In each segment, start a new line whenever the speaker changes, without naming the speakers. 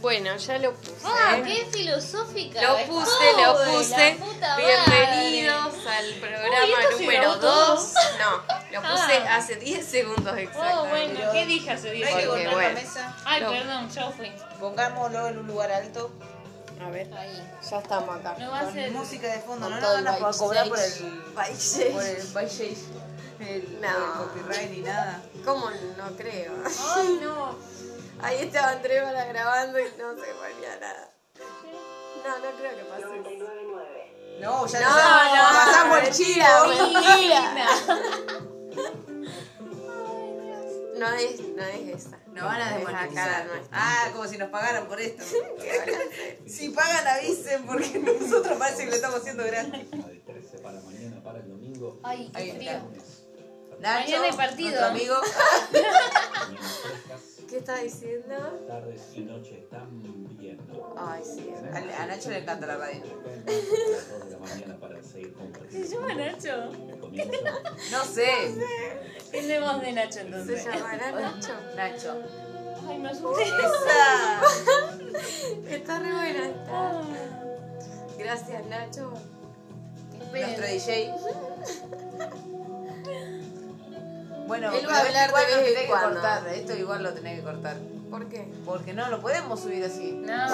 Bueno, ya lo puse.
¡Ah, qué filosófica!
Lo puse, lo
Estuve,
puse.
la puta madre.
Bienvenidos al programa
Uy, esto se
número
grabó
2. No, lo puse
Ah.
hace 10 segundos
Oh,
exactamente.
bueno, ¿qué dije hace 10
hay que
Porque,
borrar
segundos?
bueno.
la mesa.
Ay,
No.
perdón, yo fui.
Pongámoslo en un lugar alto.
A ver,
Ahí.
ya estamos acá.
No va a
con
ser.
música de fondo. No
con
nos
todo
van a
el
poder cobrar por
backstage.
el
Backstage.
Por el backstage. El,
No.
por el copyright ni nada.
¿Cómo no creo?
Ay, no.
Ahí estaba Andrévala grabando y no se volvía nada. No, no creo que pase.
No, ya
No,
no,
no,
pasamos el
mentira,
chivo.
No es, no es esa.
Nos van a
Es acá
desmonetizar.
no está.
Ah, como si nos pagaran por esto. si pagan, avisen, porque nosotros parece que lo estamos haciendo gratis.
de 13 para mañana, para el domingo.
Ay,
Ahí
qué
está.
frío.
Nacho,
Mañana hay partido.
nuestro amigo.
Mañanas frescas,
¿Qué está diciendo?
tardes y noches también.
Ay, sí.
A, a Nacho le encanta la radio.
Las 2 de la mañana para seguir compartiendo.
Se llama Nacho.
Comienza
No sé.
Tiene voz de Nacho
¿Se
entonces.
llamará Nacho?
Nacho.
Ay, me asusté.
Esa.
Está re buena esta.
Ah.
Gracias, Nacho.
Nuestro DJ. Bueno,
Él va
pero
a hablar
igual
de
lo
vez en
tenés que
cuando.
cortar. Esto igual lo tenés que cortar.
¿Por qué?
Porque no lo podemos subir así.
No.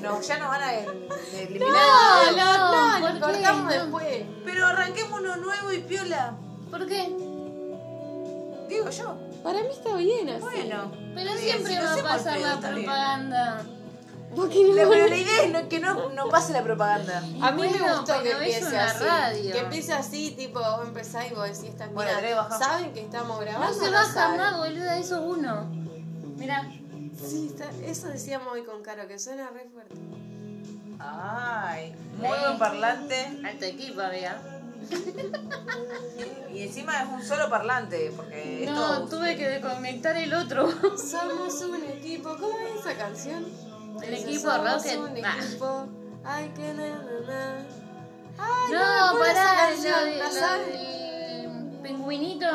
No, ya nos van a el- eliminar.
No,
el video.
no,
Lo
¿por qué?
cortamos
No.
después.
Pero arranquemos uno nuevo y piola.
¿Por qué?
Digo yo.
Para mí está bien así.
Bueno.
Pero
Sí,
siempre
si lo
va a
hacemos al
pasar
pedo,
la
está bien.
propaganda.
Porque no-
La, pero la idea es no- que no, no pase la propaganda.
A mí me
Bueno,
gustó que
pero es
empiece
una
así.
radio.
Que empiece así, tipo, vos empezás y vos decís, estas
Bueno,
minas,
André, baja.
saben que estamos grabando.
No se baja
saben?
más, boluda, eso es uno. Mirá,
Sí, está- eso decíamos hoy con Caro, que suena re fuerte.
Ay, muy buen parlante.
alto equipo había.
Y encima es un solo parlante, porque esto.
No, tuve que desconectar el otro.
Somos un equipo, ¿cómo es esa canción?
El
Dice,
equipo
"Somos
Rocket".
un
Ah.
equipo, ay, que na, na, na". Ay,
No,
me acuerdo
pará, lo
esa canción,
de-
¿la
lo
saben?
del pingüinito.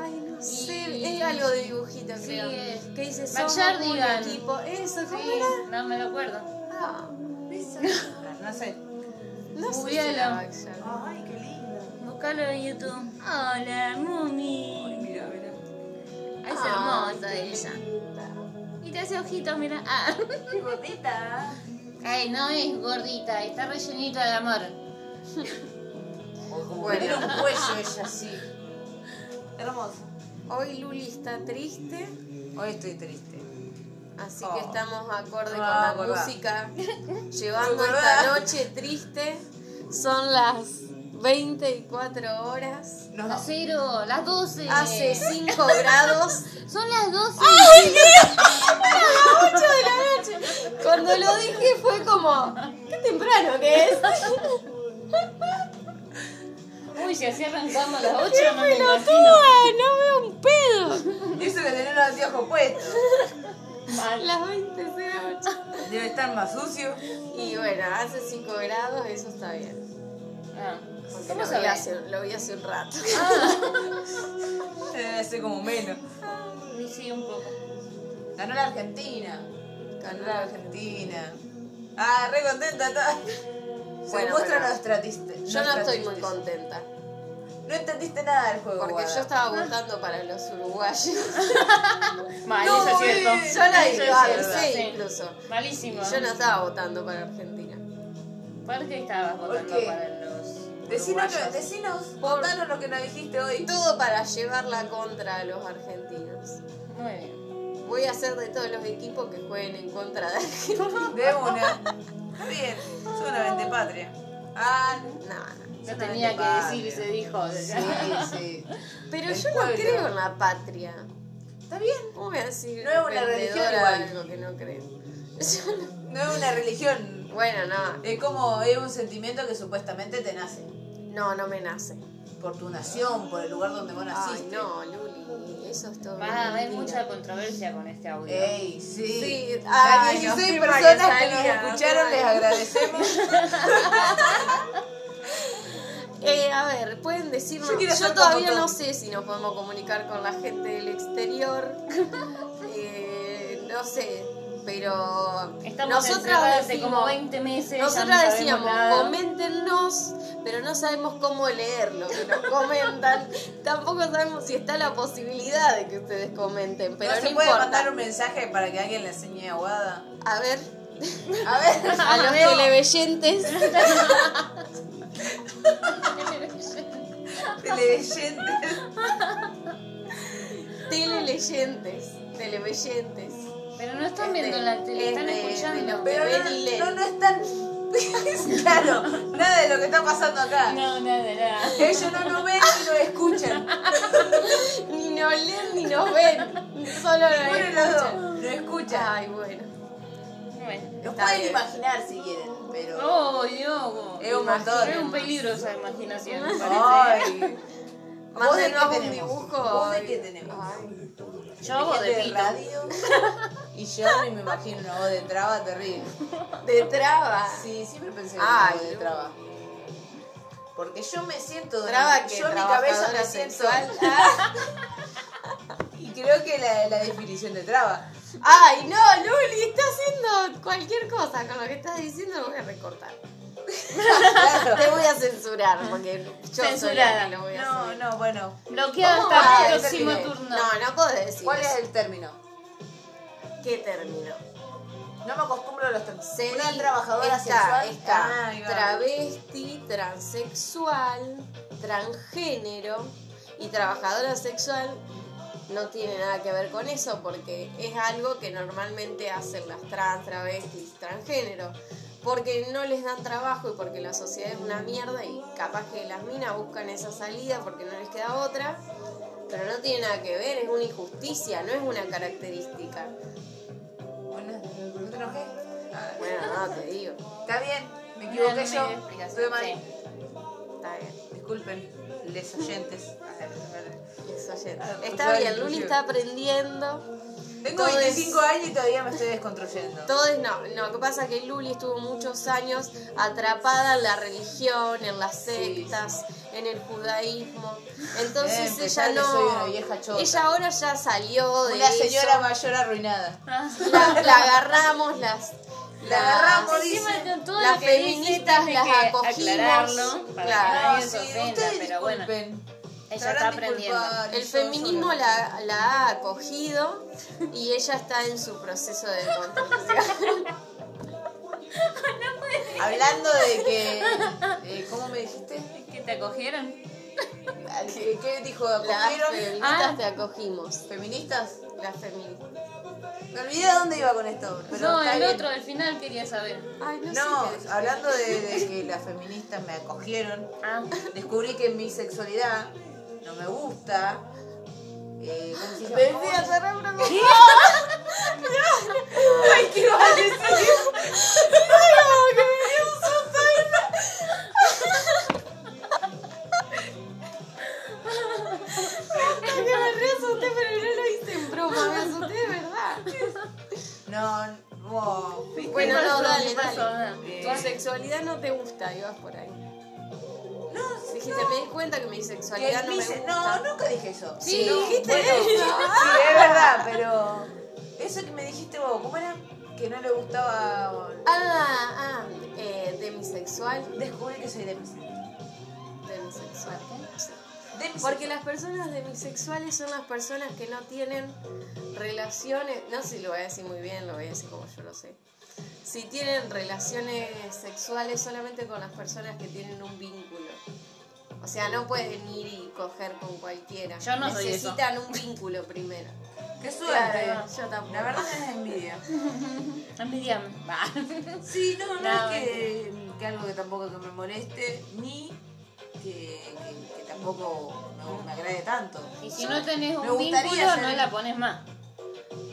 Ay, no
Y-
sé, es algo de dibujito,
Sí,
creo.
es-
que dice,
Mac
somos
Jardigan".
un equipo, eso, ¿cómo
Sí,
era?
no me lo acuerdo.
Ah, eso.
No sé.
No sé si
Googlealo.
era Mac Jardigan.
Ay, qué lindo.
Buscalo en YouTube. Hola, mami.
Mira, mira.
Es
Ay,
hermosa
qué
ella.
linda.
Y te hace ojitos, mira. Ah.
Qué gordita.
Ay, no es gordita, está rellenita de amor.
Como
Bueno.
que tiene un cuello ella así. Hermoso.
Hoy Luli está triste,
Hoy estoy triste.
así
Oh.
que estamos acorde con
No,
la
acordá.
música. Llevando esta
Acordá.
noche triste, son las 24 horas.
Nos
A
vamos.
cero, las 12.
Hace 5 grados.
Son las 12.
A las 8 de la noche. Cuando lo dije fue como, qué temprano que es.
Uy, si así arrancamos a las 8 no me imagino.
Pelotuda, no veo un pedo.
Eso que tener los anteojos puestos.
Mal.
Las 20.08.
Debe estar más sucio.
Y bueno, hace 5 grados, eso está bien.
Ah.
Porque
¿Cómo
lo, vi
sabés?
hace, lo vi hace un rato.
Ah, Debe ser como menos.
Sí, un poco.
Ganó la Argentina. Ganó la Argentina. Ah, re contenta está. Se
Bueno,
muestra
bueno.
nuestra triste.
Yo no
nuestra
estoy muy
tristeza.
contenta.
No entendiste nada del juego.
Porque
Guada.
yo estaba votando para los uruguayos.
Mal,
No,
eso es
eh.
cierto.
Yo la
Eso es
avancé
cierto, sí.
incluso. Y
Malísimo.
yo no estaba votando para Argentina.
¿Por qué estabas votando
qué?
para los
Decinos,
uruguayos?
decinos, contanos lo que nos dijiste hoy.
Todo para llevar la contra a los argentinos.
Muy bien.
Voy a hacer de todos los equipos que jueguen en contra de Argentina.
De una. Está bien. Soy una ventepatria. Ah,
No, no.
No tenía que decir y se dijo.
sí.
Pero
El
yo no
pueblo.
creo en la patria.
Está bien.
¿Cómo voy a decir
No es una
vendedora
religión
de
igual.
algo que no creo? Yo no-
No es una religión.
Bueno, no.
Es como es un sentimiento que supuestamente te nace.
No, no me nace.
Por tu nación, por el lugar donde vos
Ay,
naciste.
no, Luli. Eso es todo.
Vas a haber
mentira.
mucha controversia con este audio.
Ey, sí.
Sí,
A
ay, no,
16
qué
personas que nos
mayoría,
escucharon
qué
les
mayoría.
agradecemos.
Eh, a ver, pueden decirnos.
Yo
Yo,
quiero ser
todavía
como
no
tú.
sé si nos podemos comunicar con la gente del exterior. Eh, no sé. Pero
Estamos
nosotras
encerradas hace
decimos,
como 20 meses. ya no
nosotras
sabemos
decíamos,
nada.
coméntenos, pero no sabemos cómo leer lo que nos comentan. Tampoco sabemos si está la posibilidad de que ustedes comenten, pero
¿No
no,
se puede
importa.
mandar un mensaje para que alguien le enseñe aguada?
A ver,
A ver,
a los
no.
televeyentes.
Televeyentes.
Teleleyentes, televeyentes.
Pero no están
Es de-
viendo la tele,
es
están
de-
escuchando.
este, de
Pero
ven
no,
y leen.
no, no es tan. claro, nada de lo que está pasando acá.
No, nada, nada.
Ellos no lo ven ni lo escuchan.
Ni nos leen ni nos ven. Solo nos
Ninguno de los dos
escuchan.
lo escucha.
Ay, bueno.
Bueno.
Lo
Está
pueden
bien.
imaginar si quieren, pero.
Oh, Diogo.
Es un montón.
Es un peligro esa imaginación, me parece.
Ay. ¿Vos de
Mándenos
qué
un
tenemos?
dibujo.
¿Vos de
Ay.
qué tenemos?
Ay.
Yo hago de
Gente de
pito.
radio. Y yo ni me imagino una voz de traba terrible.
De traba.
Sí, siempre pensé
Ay,
en voz de
no.
traba. Porque yo me siento.
Traba que
yo en mi cabeza me
trabajadora
siento.
sexual. Ah.
Y creo que la, la definición de traba.
Ay, no, Luli, está haciendo cualquier cosa con lo que estás diciendo, lo voy a recortar. Te voy a censurar, porque yo
Censurada.
soy la que lo voy a
No,
hacer.
no, bueno.
Bloqueado
¿Cómo
hasta
va?
el próximo
Terminé.
turno.
No, no podés decir
¿Cuál es
eso.
el término?
¿Qué término?
No me acostumbro a los términos.
Seri,
Una trabajadora
esta,
sexual.
esta,
Ah, ahí va.
travesti, transexual, transgénero y trabajadora sexual no tiene nada que ver con eso porque es algo que normalmente hacen las trans, travestis, transgénero. Porque no les dan trabajo y porque la sociedad es una mierda y capaz que las minas buscan esa salida porque no les queda otra. Pero no tiene nada que ver, es una injusticia, no es una característica.
Bueno, ¿no te enojé? Ah,
Bueno, no, te digo,
Está bien, me
No, no
equivoqué
me
yo.
dio explicación,
Estuve mal.
sí.
está bien.
Disculpen, les oyentes.
Es oyente.
Ah,
Está
usuario
bien, Luli
inclusivo.
está aprendiendo.
Tengo
Todo es-
25 años y todavía me estoy desconstruyendo.
Todos no, no, lo que pasa es que Luli estuvo muchos años atrapada en la religión, en las
Sí,
sectas, en el judaísmo. Entonces
Eh,
ella
empezá que
no.
soy una vieja chota.
Ella ahora ya salió de
Una
eso.
señora mayor arruinada.
Ah.
La, la agarramos, las.
La agarramos,
las-
dice.
Encima con todo
las
lo que dice,
feministas
tiene
las
que
acogimos.
aclararlo para
Claro.
que nadie se
sí,
ofenda,
ustedes
Ah, pero bueno, ella
disculpen.
está
Sabrán
aprendiendo.
disculpar,
El
yo
feminismo
solo-
la, la ha acogido y ella está en su proceso de construcción.
Hablando de que. eh, ¿Cómo me dijiste?
¿Que te acogieron?
¿Qué qué dijo?
Las
¿Acogieron?
feministas
Ah.
te acogimos.
¿Feministas?
Las feministas.
Me olvidé a dónde iba con esto. Pero
no,
está
el
bien.
otro, al final quería saber.
Ay,
No, hablando de, de que las feministas me acogieron,
Ah,
descubrí que mi sexualidad no me gusta. Eh, ¿Cómo se llama?
Decía, cerré una cosa.
Ay, ¿qué iba a decir?
Que me re asusté, pero no lo hice en broma, me asusté de verdad.
No, wow.
Bueno,
¿Qué
no,
pasó?
dale,
¿Qué pasó? Ah,
dale.
Eh,
Tu sexualidad no te gusta, ibas por ahí. No, dijiste, me di cuenta que mi
que
sexualidad no
mi
me
se-
gusta.
no, nunca dije eso.
Sí,
No,
dijiste
bueno,
eso.
Sí, es verdad, pero eso que me dijiste vos, ¿cómo era? Que no le gustaba.
Ah, ah, eh, demisexual,
Descubrí que soy demisexual.
demisexual.
Demisexual.
Porque las personas demisexuales son las personas que no tienen relaciones, no sé si lo voy a decir muy bien, lo voy a decir como yo lo sé. Si tienen relaciones sexuales solamente con las personas que tienen un vínculo. O sea, no pueden ir y coger con cualquiera.
Yo no soy eso.
Necesitan un vínculo primero.
Qué suerte.
Claro, yo tampoco.
La verdad es envidia.
envidiame. Bah.
Sí, no, no,
No,
es que, que algo que tampoco que me moleste, ni que, que- que tampoco me, me agrade tanto.
Y si no tenés
Me
un
gustaría
vínculo,
ser-
no la pones más.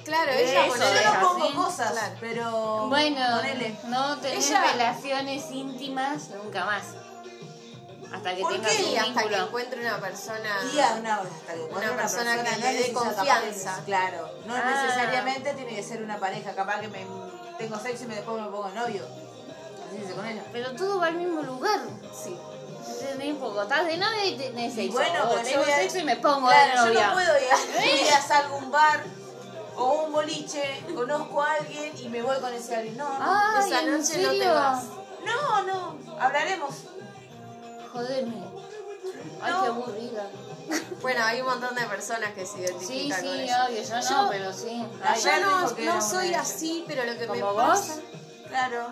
Claro,
Eh,
ella
eso
bueno,
yo
es
no
ella-
pongo
así,
cosas,
claro.
pero
Bueno,
ponele.
no tenés
Ella-
relaciones íntimas nunca más. Hasta que
¿Por
tengas
qué?
Y
un
hasta que
vínculo.
encuentre una persona.
Y a una hora hasta que cuando
Una persona que
no
le dé
es necesariamente-
confianza.
Claro, no
Ah.
necesariamente tiene que ser una pareja, capaz que me tengo sexo y me después me pongo novio. Así se dice con ella.
Pero todo va al mismo lugar.
Sí.
Tenés poco, estás de novia y tenés sexo.
bueno,
o
pero yo
tengo
voy a-
sexo y me pongo
claro,
de
yo
novia.
no puedo ir, un día salgo a un bar, o un boliche, conozco a alguien y me voy con ese alguien. No, no.
Ay,
Esa
¿en
noche no te
serio?
vas.
No, no. Hablaremos.
Jodeme. Ay,
No.
qué aburrida.
Bueno, hay un montón de personas que se
Sí, sí,
identifican con eso.
obvio, yo
Yo-
no, pero sí.
Ay,
Yo
él
no,
dijo que
no
era una
soy
de ellas.
así, pero lo que me
¿Como vos?
pasa.
Claro.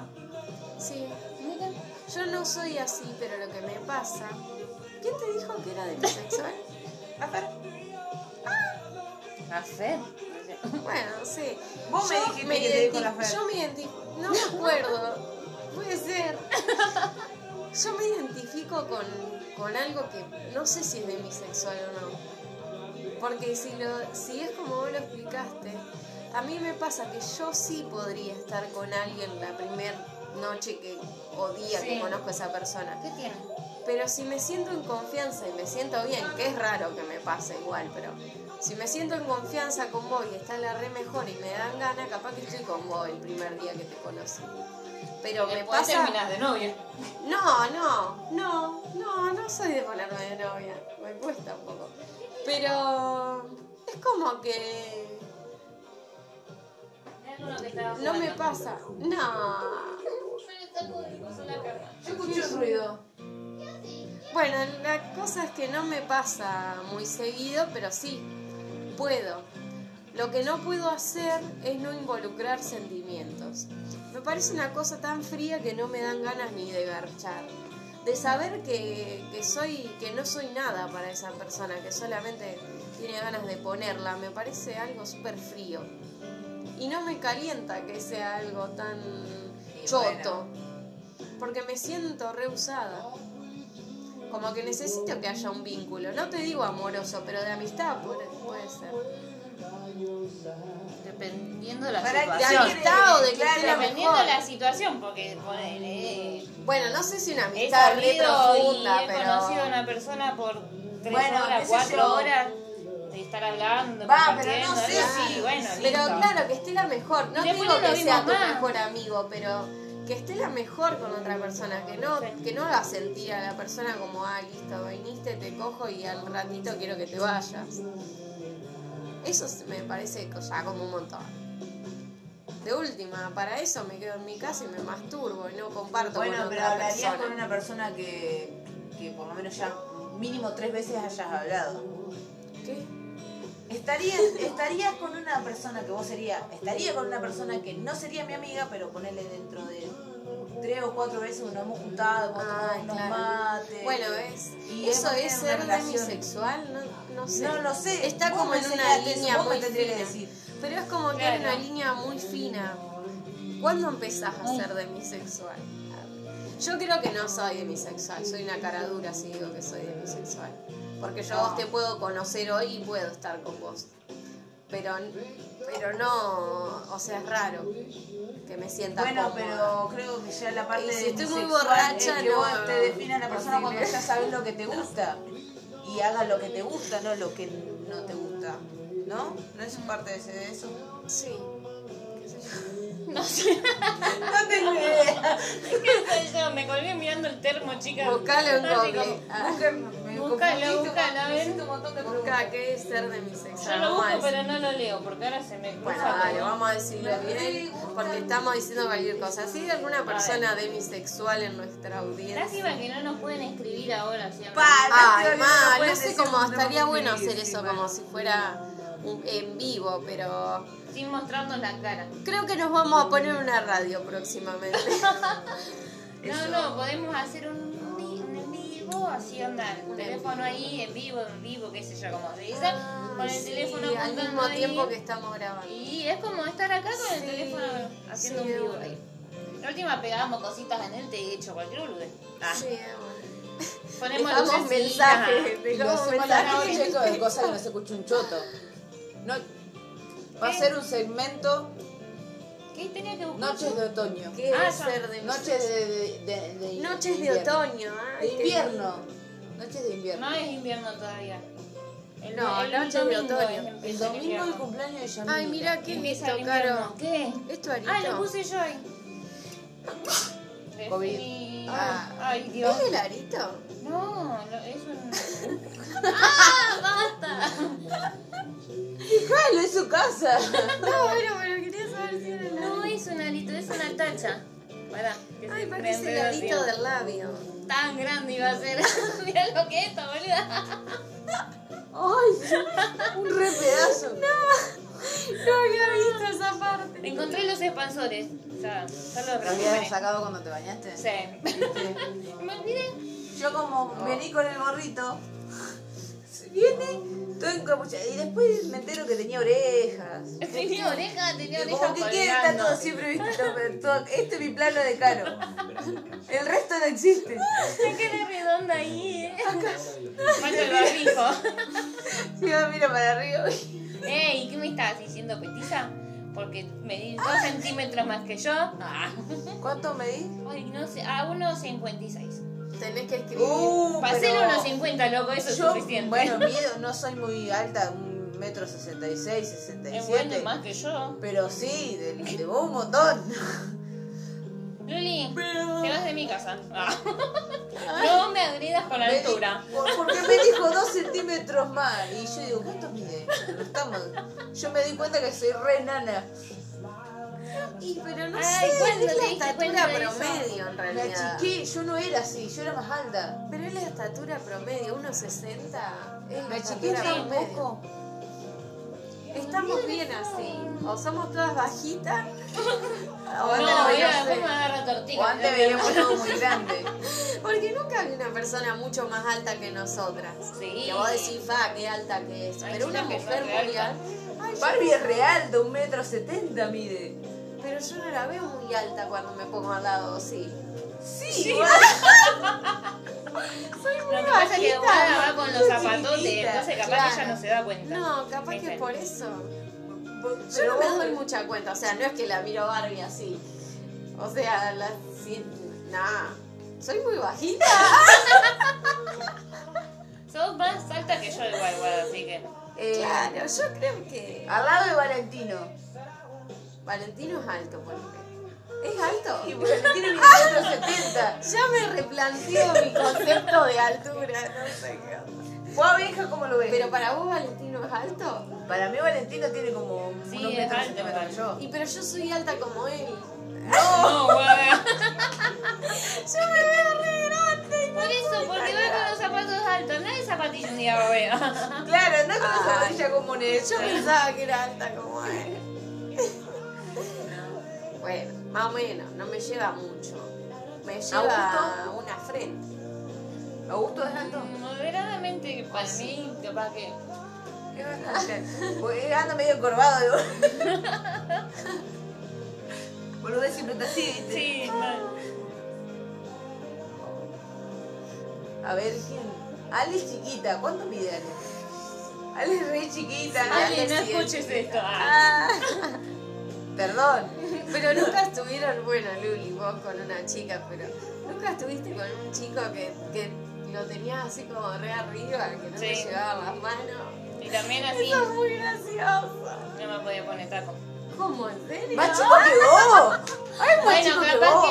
Sí.
Mira.
Yo no soy así, pero lo que me pasa. ¿Quién te dijo que era demisexual?
A ver,
A Fer.
bueno, sí.
Vos me
Yo
dijiste que te dijo
identi-
la Fer.
Yo me identifico. No me acuerdo. Puede ser. Yo me identifico con, con algo que no sé si es demisexual o no. Porque si, lo, si es como vos lo explicaste, a mí me pasa que yo sí podría estar con alguien la primera noche que, o día que
Sí.
conozco a esa persona.
¿Qué tiene?
Pero si me siento en confianza y me siento bien, que es raro que me pase igual, pero si me siento en confianza con vos y está la re mejor y me dan ganas, capaz que estoy con vos el primer día que te conocí. Pero me
Después
pasa.
terminás de novia.
No, no, no, no, no soy de ponerme de novia. Me cuesta un poco. Pero es como que no me pasa. No.
yo escuché un ruido.
Bueno, la cosa es que no me pasa muy seguido, pero sí, puedo. Lo que no puedo hacer es no involucrar sentimientos. Me parece una cosa tan fría que no me dan ganas ni de garchar. De saber que, que soy, que no soy nada para esa persona, que solamente tiene ganas de ponerla, me parece algo súper frío. Y no me calienta que sea algo tan
Y
choto. Porque me siento reusada. Como que necesito que haya un vínculo. No te digo amoroso, pero de amistad puede, puede ser.
Dependiendo de la
Para que
De
situación.
amistad o de que
Claro,
sea
Dependiendo
mejor.
de la situación, porque ponele. eh,
Bueno, no sé si una
He
amistad
salido
re
y
profunda,
he conocido a
pero.
una persona por tres
Bueno, qué
horas,
sé
cuatro
yo.
horas de estar hablando,
Va,
compartiendo,
pero no sé
algo
si-
así, bueno,
Pero
listo.
claro, que esté la mejor. No te
Después
digo
no lo
que
vimos
sea tu
más.
mejor amigo, pero que esté la mejor con otra persona. Que no, que no haga sentir a la persona como, ah, listo, viniste, te cojo y al ratito quiero que te vayas. Eso es- me parece cosa como un montón. De última, para eso me quedo en mi casa y me masturbo y no comparto
Bueno,
con
pero
otra
hablarías
persona.
con una persona que, que por lo menos ya mínimo tres veces hayas hablado.
¿Qué?
Estarías, estarías con una persona que vos serías, estaría con una persona que no sería mi amiga, pero ponele dentro de tres o cuatro veces nos hemos juntado, hemos tomado
Ay,
unos
claro.
mates.
Bueno, es,
Y
eso es
hemos tenido
ser
una relación.
demisexual, no, no sé.
No lo sé.
Está
vos
como
me
en una
enseñaste eso,
línea
vos me
muy
tendrías que
fina.
decir.
Pero es como que hay una línea muy fina. ¿Cuándo empezás a ser demisexual? Yo creo que no soy demisexual, soy una cara dura si digo que soy demisexual. Porque yo a vos te puedo conocer hoy y puedo estar con vos. Pero, pero no, o sea, es raro que me sienta
Bueno,
cómoda.
pero creo que ya la parte
Y si
de
estoy muy
bisexual
borracha,
es que
no,
vos te definas la persona
posible.
cuando ya sabes lo que te gusta y hagas lo que te gusta, no lo que no te gusta. ¿No? ¿No es parte de, ese- de eso?
Sí. qué sé yo.
No tengo idea.
¿Qué sé yo? Me colgué mirando el termo, chicas.
Buscalo en
Así
Google.
como,
Ah.
Me
Búscalo,
confundiste,
búscalo, a
me
ver.
hiciste un montón de preguntas.
Busca qué es ser
Yo
demisexual.
lo
Vamos a
busco,
decir-
pero no lo leo, porque ahora se me
Ah, Bueno,
cruza.
dale,
como-
vamos a decirlo
Me
bien,
gusta.
porque estamos diciendo cualquier cosa. Si hay alguna persona demisexual en nuestra audiencia.
Lástima que no nos pueden escribir ahora, ¿sí?
Pa, lástima
Ay,
que
ma,
pueden
no sé
decir
cómo
dónde
estaría
vamos a
bueno
vivir,
hacer
sí,
eso
bueno.
como si fuera un- en vivo, pero
sin mostrarnos la cara.
creo que nos vamos a poner una radio próximamente.
Eso.
No, no, podemos hacer un, vi- un en vivo, así onda, el
Un en
teléfono ahí, en vivo, en vivo, qué sé yo, como se dice, con el
Ah, Sí,
teléfono
al
apuntando
mismo
ahí.
tiempo que estamos grabando.
Y es como estar acá con el
Sí,
teléfono haciendo
sí,
un vivo
bueno.
ahí. La última pegábamos cositas en el techo, cualquier boludez. Ah,
Sí, bueno.
ponemos
Dejamos
lucecitas.
mensajes, dejamos
hacemos la noche,
mensajes.
eso de cosas que no se escucha un choto. No, va a ser un segmento
¿Qué tenía que buscar?
Noches de Otoño.
¿Qué
Ah,
es
ya.
ser demisexual?
Noches de, de- de- de-
Noches de
invierno.
otoño.
De
ay, qué
invierno. Noches de
No
invierno.
es invierno todavía. El-
No,
el
noche de
domingo
otoño.
es-
El
empieza el
domingo
invierno.
el cumpleaños de Yamil.
Ay, mira qué es
Empieza
esto,
el
Caro.
Ah,
invierno. ¿Qué?
¿Es tu arito?
Ah, lo puse yo ahí.
COVID.
Este,
Ah.
Ay, Dios.
¿Es el arito?
No, no, es un.
Claro, es su casa.
No, bueno, pero quería saber si era No es un arito, es una tacha. Pará. que
Ay,
se- me
parece el
enredo el
arito
tiempo.
del labio.
Tan grande iba a ser. Mirá lo que es esto, boluda.
Un re pedazo.
No había visto esa parte. Encontré los expansores. O sea, ya los
¿Lo habías
recuperé.
sacado cuando te bañaste?
Sí. Me olvidé.
Yo como vení con el gorrito, viene todo encapuchado. Y después me entero que tenía orejas.
Tenía oreja, tenía
Que
oreja.
Como que quiere
colgando.
estar todo siempre viste, todo- todo- Este es mi plano de caro. El
El
resto no existe.
Qué cara redonda ahí, eh.
Falta el barbijo.
Si yo miro para arriba.
Ey, ¿qué me estás diciendo, petiza? Porque medí dos centímetros más que yo. Ah.
¿Cuánto medí?
Ay, no sé, a 1,56.
Tenés que escribir.
Uh,
Para ser
pero
1,50, loco, eso es
yo,
suficiente.
Bueno, miedo, no soy muy alta, un metro sesenta y seis, sesenta y
es bueno,
siete.
más que yo.
Pero sí, de, de vos un montón.
Luli,
Pero-
te vas de mi casa. Ah. No me agredas con la
Me di-
altura.
por- Porque me dijo dos centímetros más. Y yo digo, ¿cuánto mide? No estamos. Yo me di cuenta que soy re nana.
Y, pero no
Ay,
sé,
¿cuándo
es
te
la
diste cuenta
estatura
de eso?
promedio en
Me
realidad.
achiqué, yo no era así, yo era más alta.
Pero es la estatura promedio, 1,60. Es la
Me achiqué
estatura
tan
promedio.
poco.
Estamos bien así. O somos todas bajitas.
O
No,
No,
antes
mira,
no veía-
después me agarra
o
tortilla.
antes veíamos todo muy grande.
Porque nunca hay una persona mucho más alta que nosotras.
Sí.
Que vos decís, va, qué alta que es.
Hay
pero una
chicas que son
mujer
re
muy
altas.
alta. Ay, yo-
Barbie es real, de un metro setenta mide.
pero yo no la veo muy alta cuando me pongo al lado, sí.
Sí,
Lo que pasa es que Guada va con los zapatotes,
chiquitita,
entonces capaz
claro.
que ella no se da cuenta.
No, capaz que
¿Viste?
por eso.
igual.
Yo
Pero
no me
vos-
doy mucha cuenta, o sea, no es que la miro Barbie así. O sea, la si- nah. Soy muy bajita.
Sos más alta que yo igual, Guada, así que.
eh,
Claro, yo creo que
Al lado de Valentino.
Valentino es alto, por ¿Es alto?
Y Valentino mide un metro setenta.
Ya me replanteo mi concepto de altura, no sé qué. onda.
Vos abeja como lo ves.
Pero para vos Valentino es alto.
Para mí Valentino tiene como
Sí,
unos
es
metros
alto,
centímetros que yo.
Y pero yo soy alta como él.
No, Guada. Yo me veo re grande. Por eso, porque va con los zapatos altos. Nadie zapatilla un día, Guada.
Claro, no es
Ay.
una zapatilla comunes.
Yo pensaba que era alta como él. Bueno, más o menos, no me lleva mucho. Me lleva
Augusto.
una frente.
Augusto es alto.
Moderadamente, para mí, capaz que.
Es bastante alto. Porque Anda medio encorvado de bol- Boludez siempre está así, ¿viste?
Sí, no.
A ver, ¿quién? Ale es chiquita. ¿Cuánto mide Ale? Ale es re chiquita.
Ale, no
es cien.
escuches esto. Ah.
Ah. Perdón.
Pero nunca estuvieron, bueno, Luli, vos con una chica, pero nunca estuviste con un chico que, que lo tenías así como re arriba, que no te
Sí.
llevaba las manos.
Y también así
Eso es
no
muy gracioso.
me podía poner taco.
¿Cómo? ¿En serio?
Más chico que vos. Ay, más
Bueno,
chico que
capaz
vos.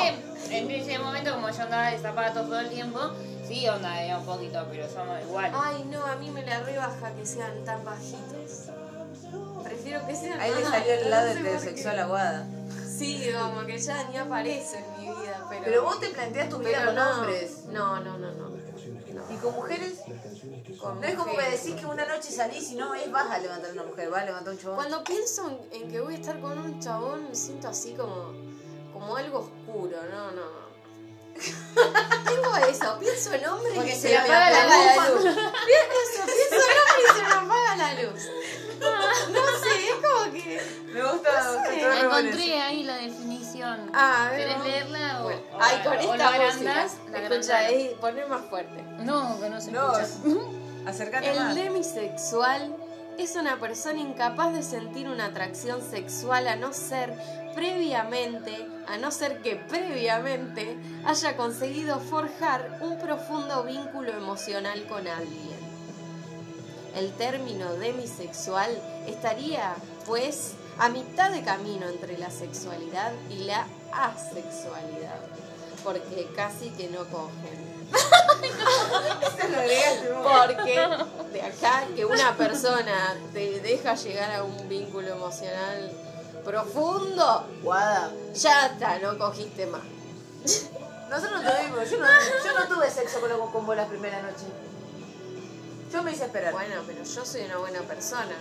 que en ese momento, como yo andaba de zapatos todo el tiempo, sí, onda, era un poquito, pero somos igual.
Ay, no, a mí me la rebaja que sean tan bajitos. Prefiero que sean
Ahí le
más
salió
altos,
el lado
no sé por
heterosexual
qué.
aguada.
Sí, como que ya ni aparece en mi vida, pero...
Pero vos te planteas tu vida
pero
con
no.
hombres.
No, no, no, no.
¿Y con mujeres?
Con
No es como que
mujeres.
decís que una noche salís y no es vas a levantar una mujer, vas a levantar un chabón.
Cuando pienso en, en que voy a estar con un chabón, me siento así como, como algo oscuro. No, no, no. Tengo eso, pienso en hombre
Porque
y
se le apaga la luz.
Bien, eso, pienso en hombre y se me apaga la luz. No sé, es como que.
Me gusta
sé.
Doctor Ramones.
ahí la definición.
Ah, a ver.
¿Querés
vamos.
leerla o.?
Bueno, ay, con
o
esta
la
música.
agrandás, la
Escucha, eh.
agrandás.
ahí, poné más fuerte.
No, que no se
No,
escucha.
acércate
El
más.
demisexual es una persona incapaz de sentir una atracción sexual a no ser previamente, a no ser que previamente haya conseguido forjar un profundo vínculo emocional con alguien. El término demisexual estaría, pues, a mitad de camino entre la sexualidad y la asexualidad. porque casi que no cogen.
Eso lo agregaste vos.
Porque de acá que una persona te deja llegar a un vínculo emocional profundo, guada, ya está, no cogiste más.
Nosotros no tuvimos, yo no, yo no tuve sexo con, con vos la primera noche. Yo me hice esperar.
Bueno, pero yo soy una buena persona.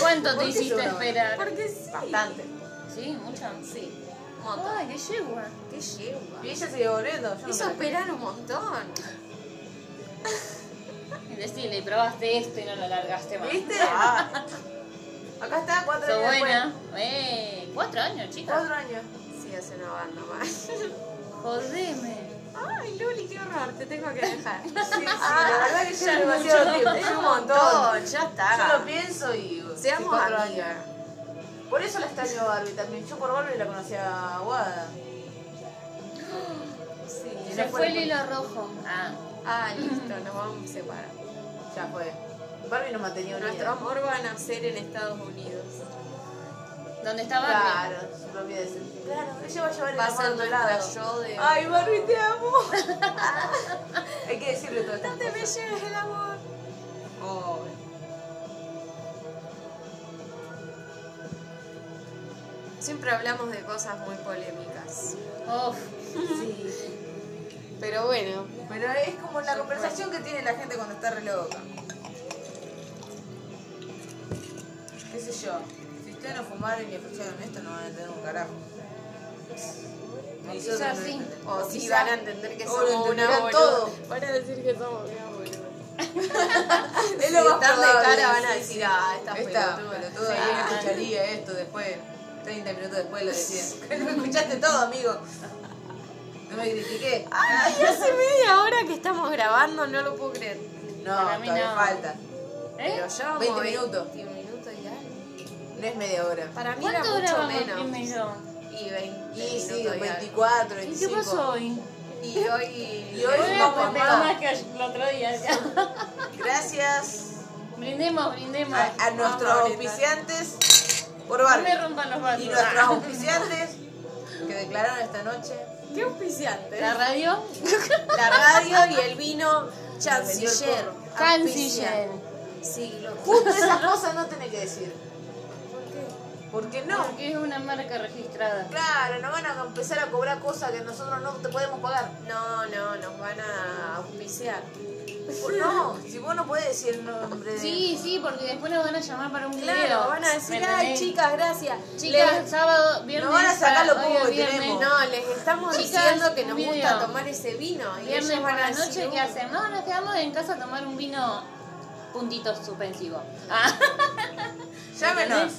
¿Cuánto
¿Por
te
qué
hiciste
lloraba?
esperar?
Porque sí. Bastante.
Sí, mucho.
Sí. Un montón.
Ay, qué yegua.
qué yegua.
Y ella siguió volviendo. Yo no
Hizo
me la creí.
esperar un montón.
Y Decirle, probaste esto y no lo largaste más.
¿Viste? Ah. Acá está, cuatro
Sos
años
buena. Eh, cuatro años,
después.
chicas.
Cuatro años.
Sí, hace una banda más.
Jodeme.
Ay, Luli, qué horror, te tengo que dejar.
Sí, sí, la verdad que yo demasiado tiempo. Es un montón.
ya
Yo lo
está.
pienso y.
Seamos
cuatro
amigas.
Por eso la extraño a Barbie también. Yo por Barbie la conocía a Wada.
Sí.
Y
Se
no
fue el
por-
hilo rojo. Ah,
Ah, listo, nos vamos a separar.
Ya fue. Barbie nos mantenía unidos.
Nuestro amor va a nacer en Estados Unidos.
¿dónde estaba?
Claro, su propia decencia. Claro, ella va a llevar el
Va a
amor a
ser
otro
nuestra
lado.
yo de.
Ay, Barbie, te amo. Hay que decirle todo esto.
¿Dónde me lleves el amor? Oh. Siempre hablamos de cosas muy polémicas.
Uf,
Sí.
Pero bueno,
Pero es como la conversación que tiene la gente cuando está re loca. Qué sé yo. Si ustedes no fumaron y escucharon esto, no van a entender un carajo. Y yo
quizás
no
sí.
entendí.
o si
quizá-
van a entender que
o
somos
lo
una
entenderán
boluda.
todo.
Van a decir que somos una boluda.
Es
Si están de
lo más probable,
cara van a
sí,
decir,
sí.
ah, esta
Esta
pelotuda.
pelotuda bien escucharía esto después. 30 minutos después lo decían. Lo escuchaste todo, amigo. No me critiqué.
Ay, hace media hora que estamos grabando, no lo puedo creer.
No,
Para mí
todavía
no.
falta.
¿eh?
Pero ya
20
vamos
minutos.
20 minutos y algo.
No es media hora.
Para mí era
¿Cuánto
mucho
grabamos
menos.
primero?
Y 20
Y sí,
minutos y algo.
24,
¿Y qué
25.
pasó hoy?
Y hoy.
Y hoy
Hoy
vamos a
aprendí
más.
más que el otro día.
Gracias
brindemos, brindemos.
a, a nuestros
ahorita.
auspiciantes por
No me
Barbie.
rompan los Ah.
Y
vasos.
nuestros auspiciantes que declararon esta noche.
Qué auspiciante.
La
La,
radio.
radio y el vino Chanciller.
Canciller.
Siglo.
Justo esas cosas no tenés que decir. ¿Por qué? Porque no.
Porque es una marca registrada.
Claro, nos van a empezar a cobrar cosas que nosotros no te podemos pagar.
No, no, nos van a auspiciar.
O No, si vos no podés decir el nombre de...
Sí, sí, porque después nos van a llamar para un video.
Claro, van a decir,
¿Me
ay,
entendés?
chicas, gracias.
Chicas,
Les-
sábado, viernes.
nos van a sacar lo
para-
poco
hoy es
que
viernes.
tenemos.
no, les estamos
Chicas,
diciendo que nos
un video.
gusta tomar ese vino. Y
Viernes
ellos
por
van a
la
decir,
noche, ¿qué
"Uh,
hacen? No, nos quedamos en casa a tomar un vino puntitos suspensivo. Ah,
Llámenos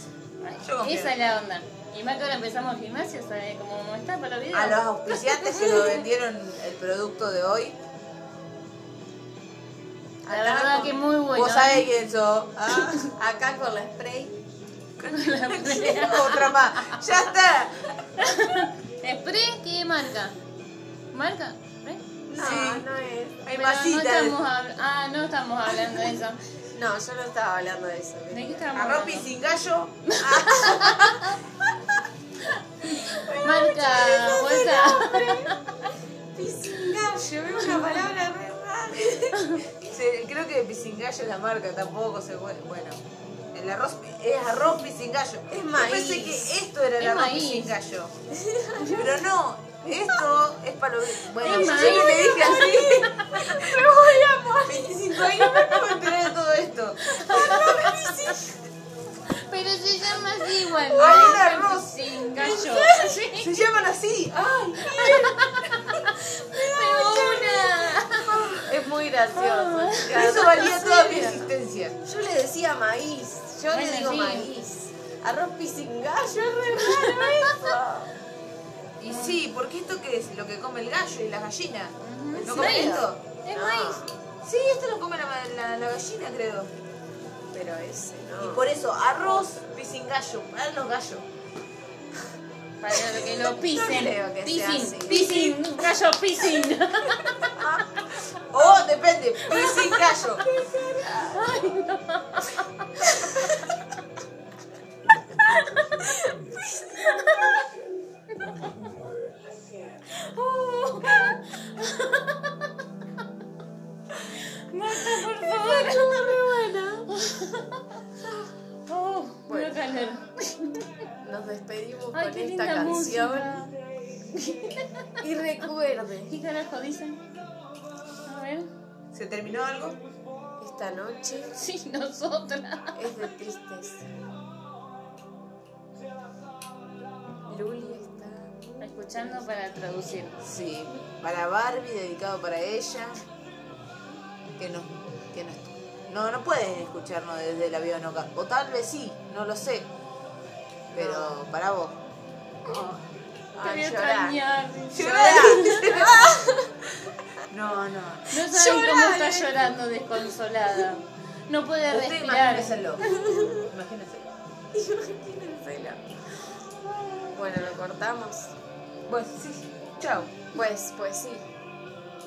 Yo confío.
esa es la onda. Y más que ahora empezamos el gimnasio, ¿sabes cómo está para los videos?
a los auspiciantes que nos vendieron el producto de hoy.
La verdad que muy bueno. ¿eh?
Vos sabés quién sos. Ah,
Acá con la spray.
Otra más. Ya está.
¿Spray qué marca? ¿Marca? ¿Spray?
No,
Sí.
no es.
Hay
Pero no
masitas.
estamos habl- ah, no estamos hablando de eso.
No, yo no estaba hablando de eso.
¿De qué estamos
Arroz y
hablando?
sin gallo.
Marca, bolsa.
Pisingallo, veo una palabra re rara.
Se- Creo que pisingallo es la marca, tampoco se puede. Bueno, el arroz es arroz pisingallo.
Es
Yo
maíz.
pensé que esto era el
Es
arroz
maíz.
pisingallo. Pero no, esto es para los. Bueno,
Es
yo
maíz.
siempre le dije así. Me voy a morir. 25 años no me enteré de todo esto.
Pero se llama así igual.
Harina arroz.
Sin gallo. Sí,
Se llaman así. ¡Ay!
pero
Es muy gracioso.
Eso valía toda mi existencia.
Yo le decía maíz. Yo
Bueno,
le digo
sí.
maíz. Arroz pisingallo, es re raro eso.
Y sí, porque esto que es lo que come el gallo y la gallina.
una.
¿No
Es
comen
maíz.
esto? Ah.
Es
No,
maíz.
Sí, esto lo come la, la- la gallina, creo.
Pero ese
Y
no.
por eso, arroz Ah, pisingallo, para los gallos.
Para lo que lo pisen.
creo que sea
Pisin,
así.
pisin, un gallo pisin.
O Oh, depende, pisingallo.
Uh. Oh,
con esta canción y recuerde,
¿Qué carajo dicen? A ver.
¿Se terminó algo?
esta noche
Sí, nosotras.
es de tristeza. Luli está.
Escuchando para traducir.
Sí. Para Barbie, dedicado para ella. Que no, que no estuvo. No, no puedes escucharnos desde el avión o, ca- o tal vez sí, no lo sé. Pero para vos.
Ah,
voy a
llorá.
extrañar.
No, no.
No saben cómo
Llorá,
está
eh.
llorando desconsolada. No puede
Usted
respirar.
imagínenselo. Imagínense.
Imagínenselo. Bueno, lo cortamos.
Bueno, sí. Chao.
Pues, pues sí.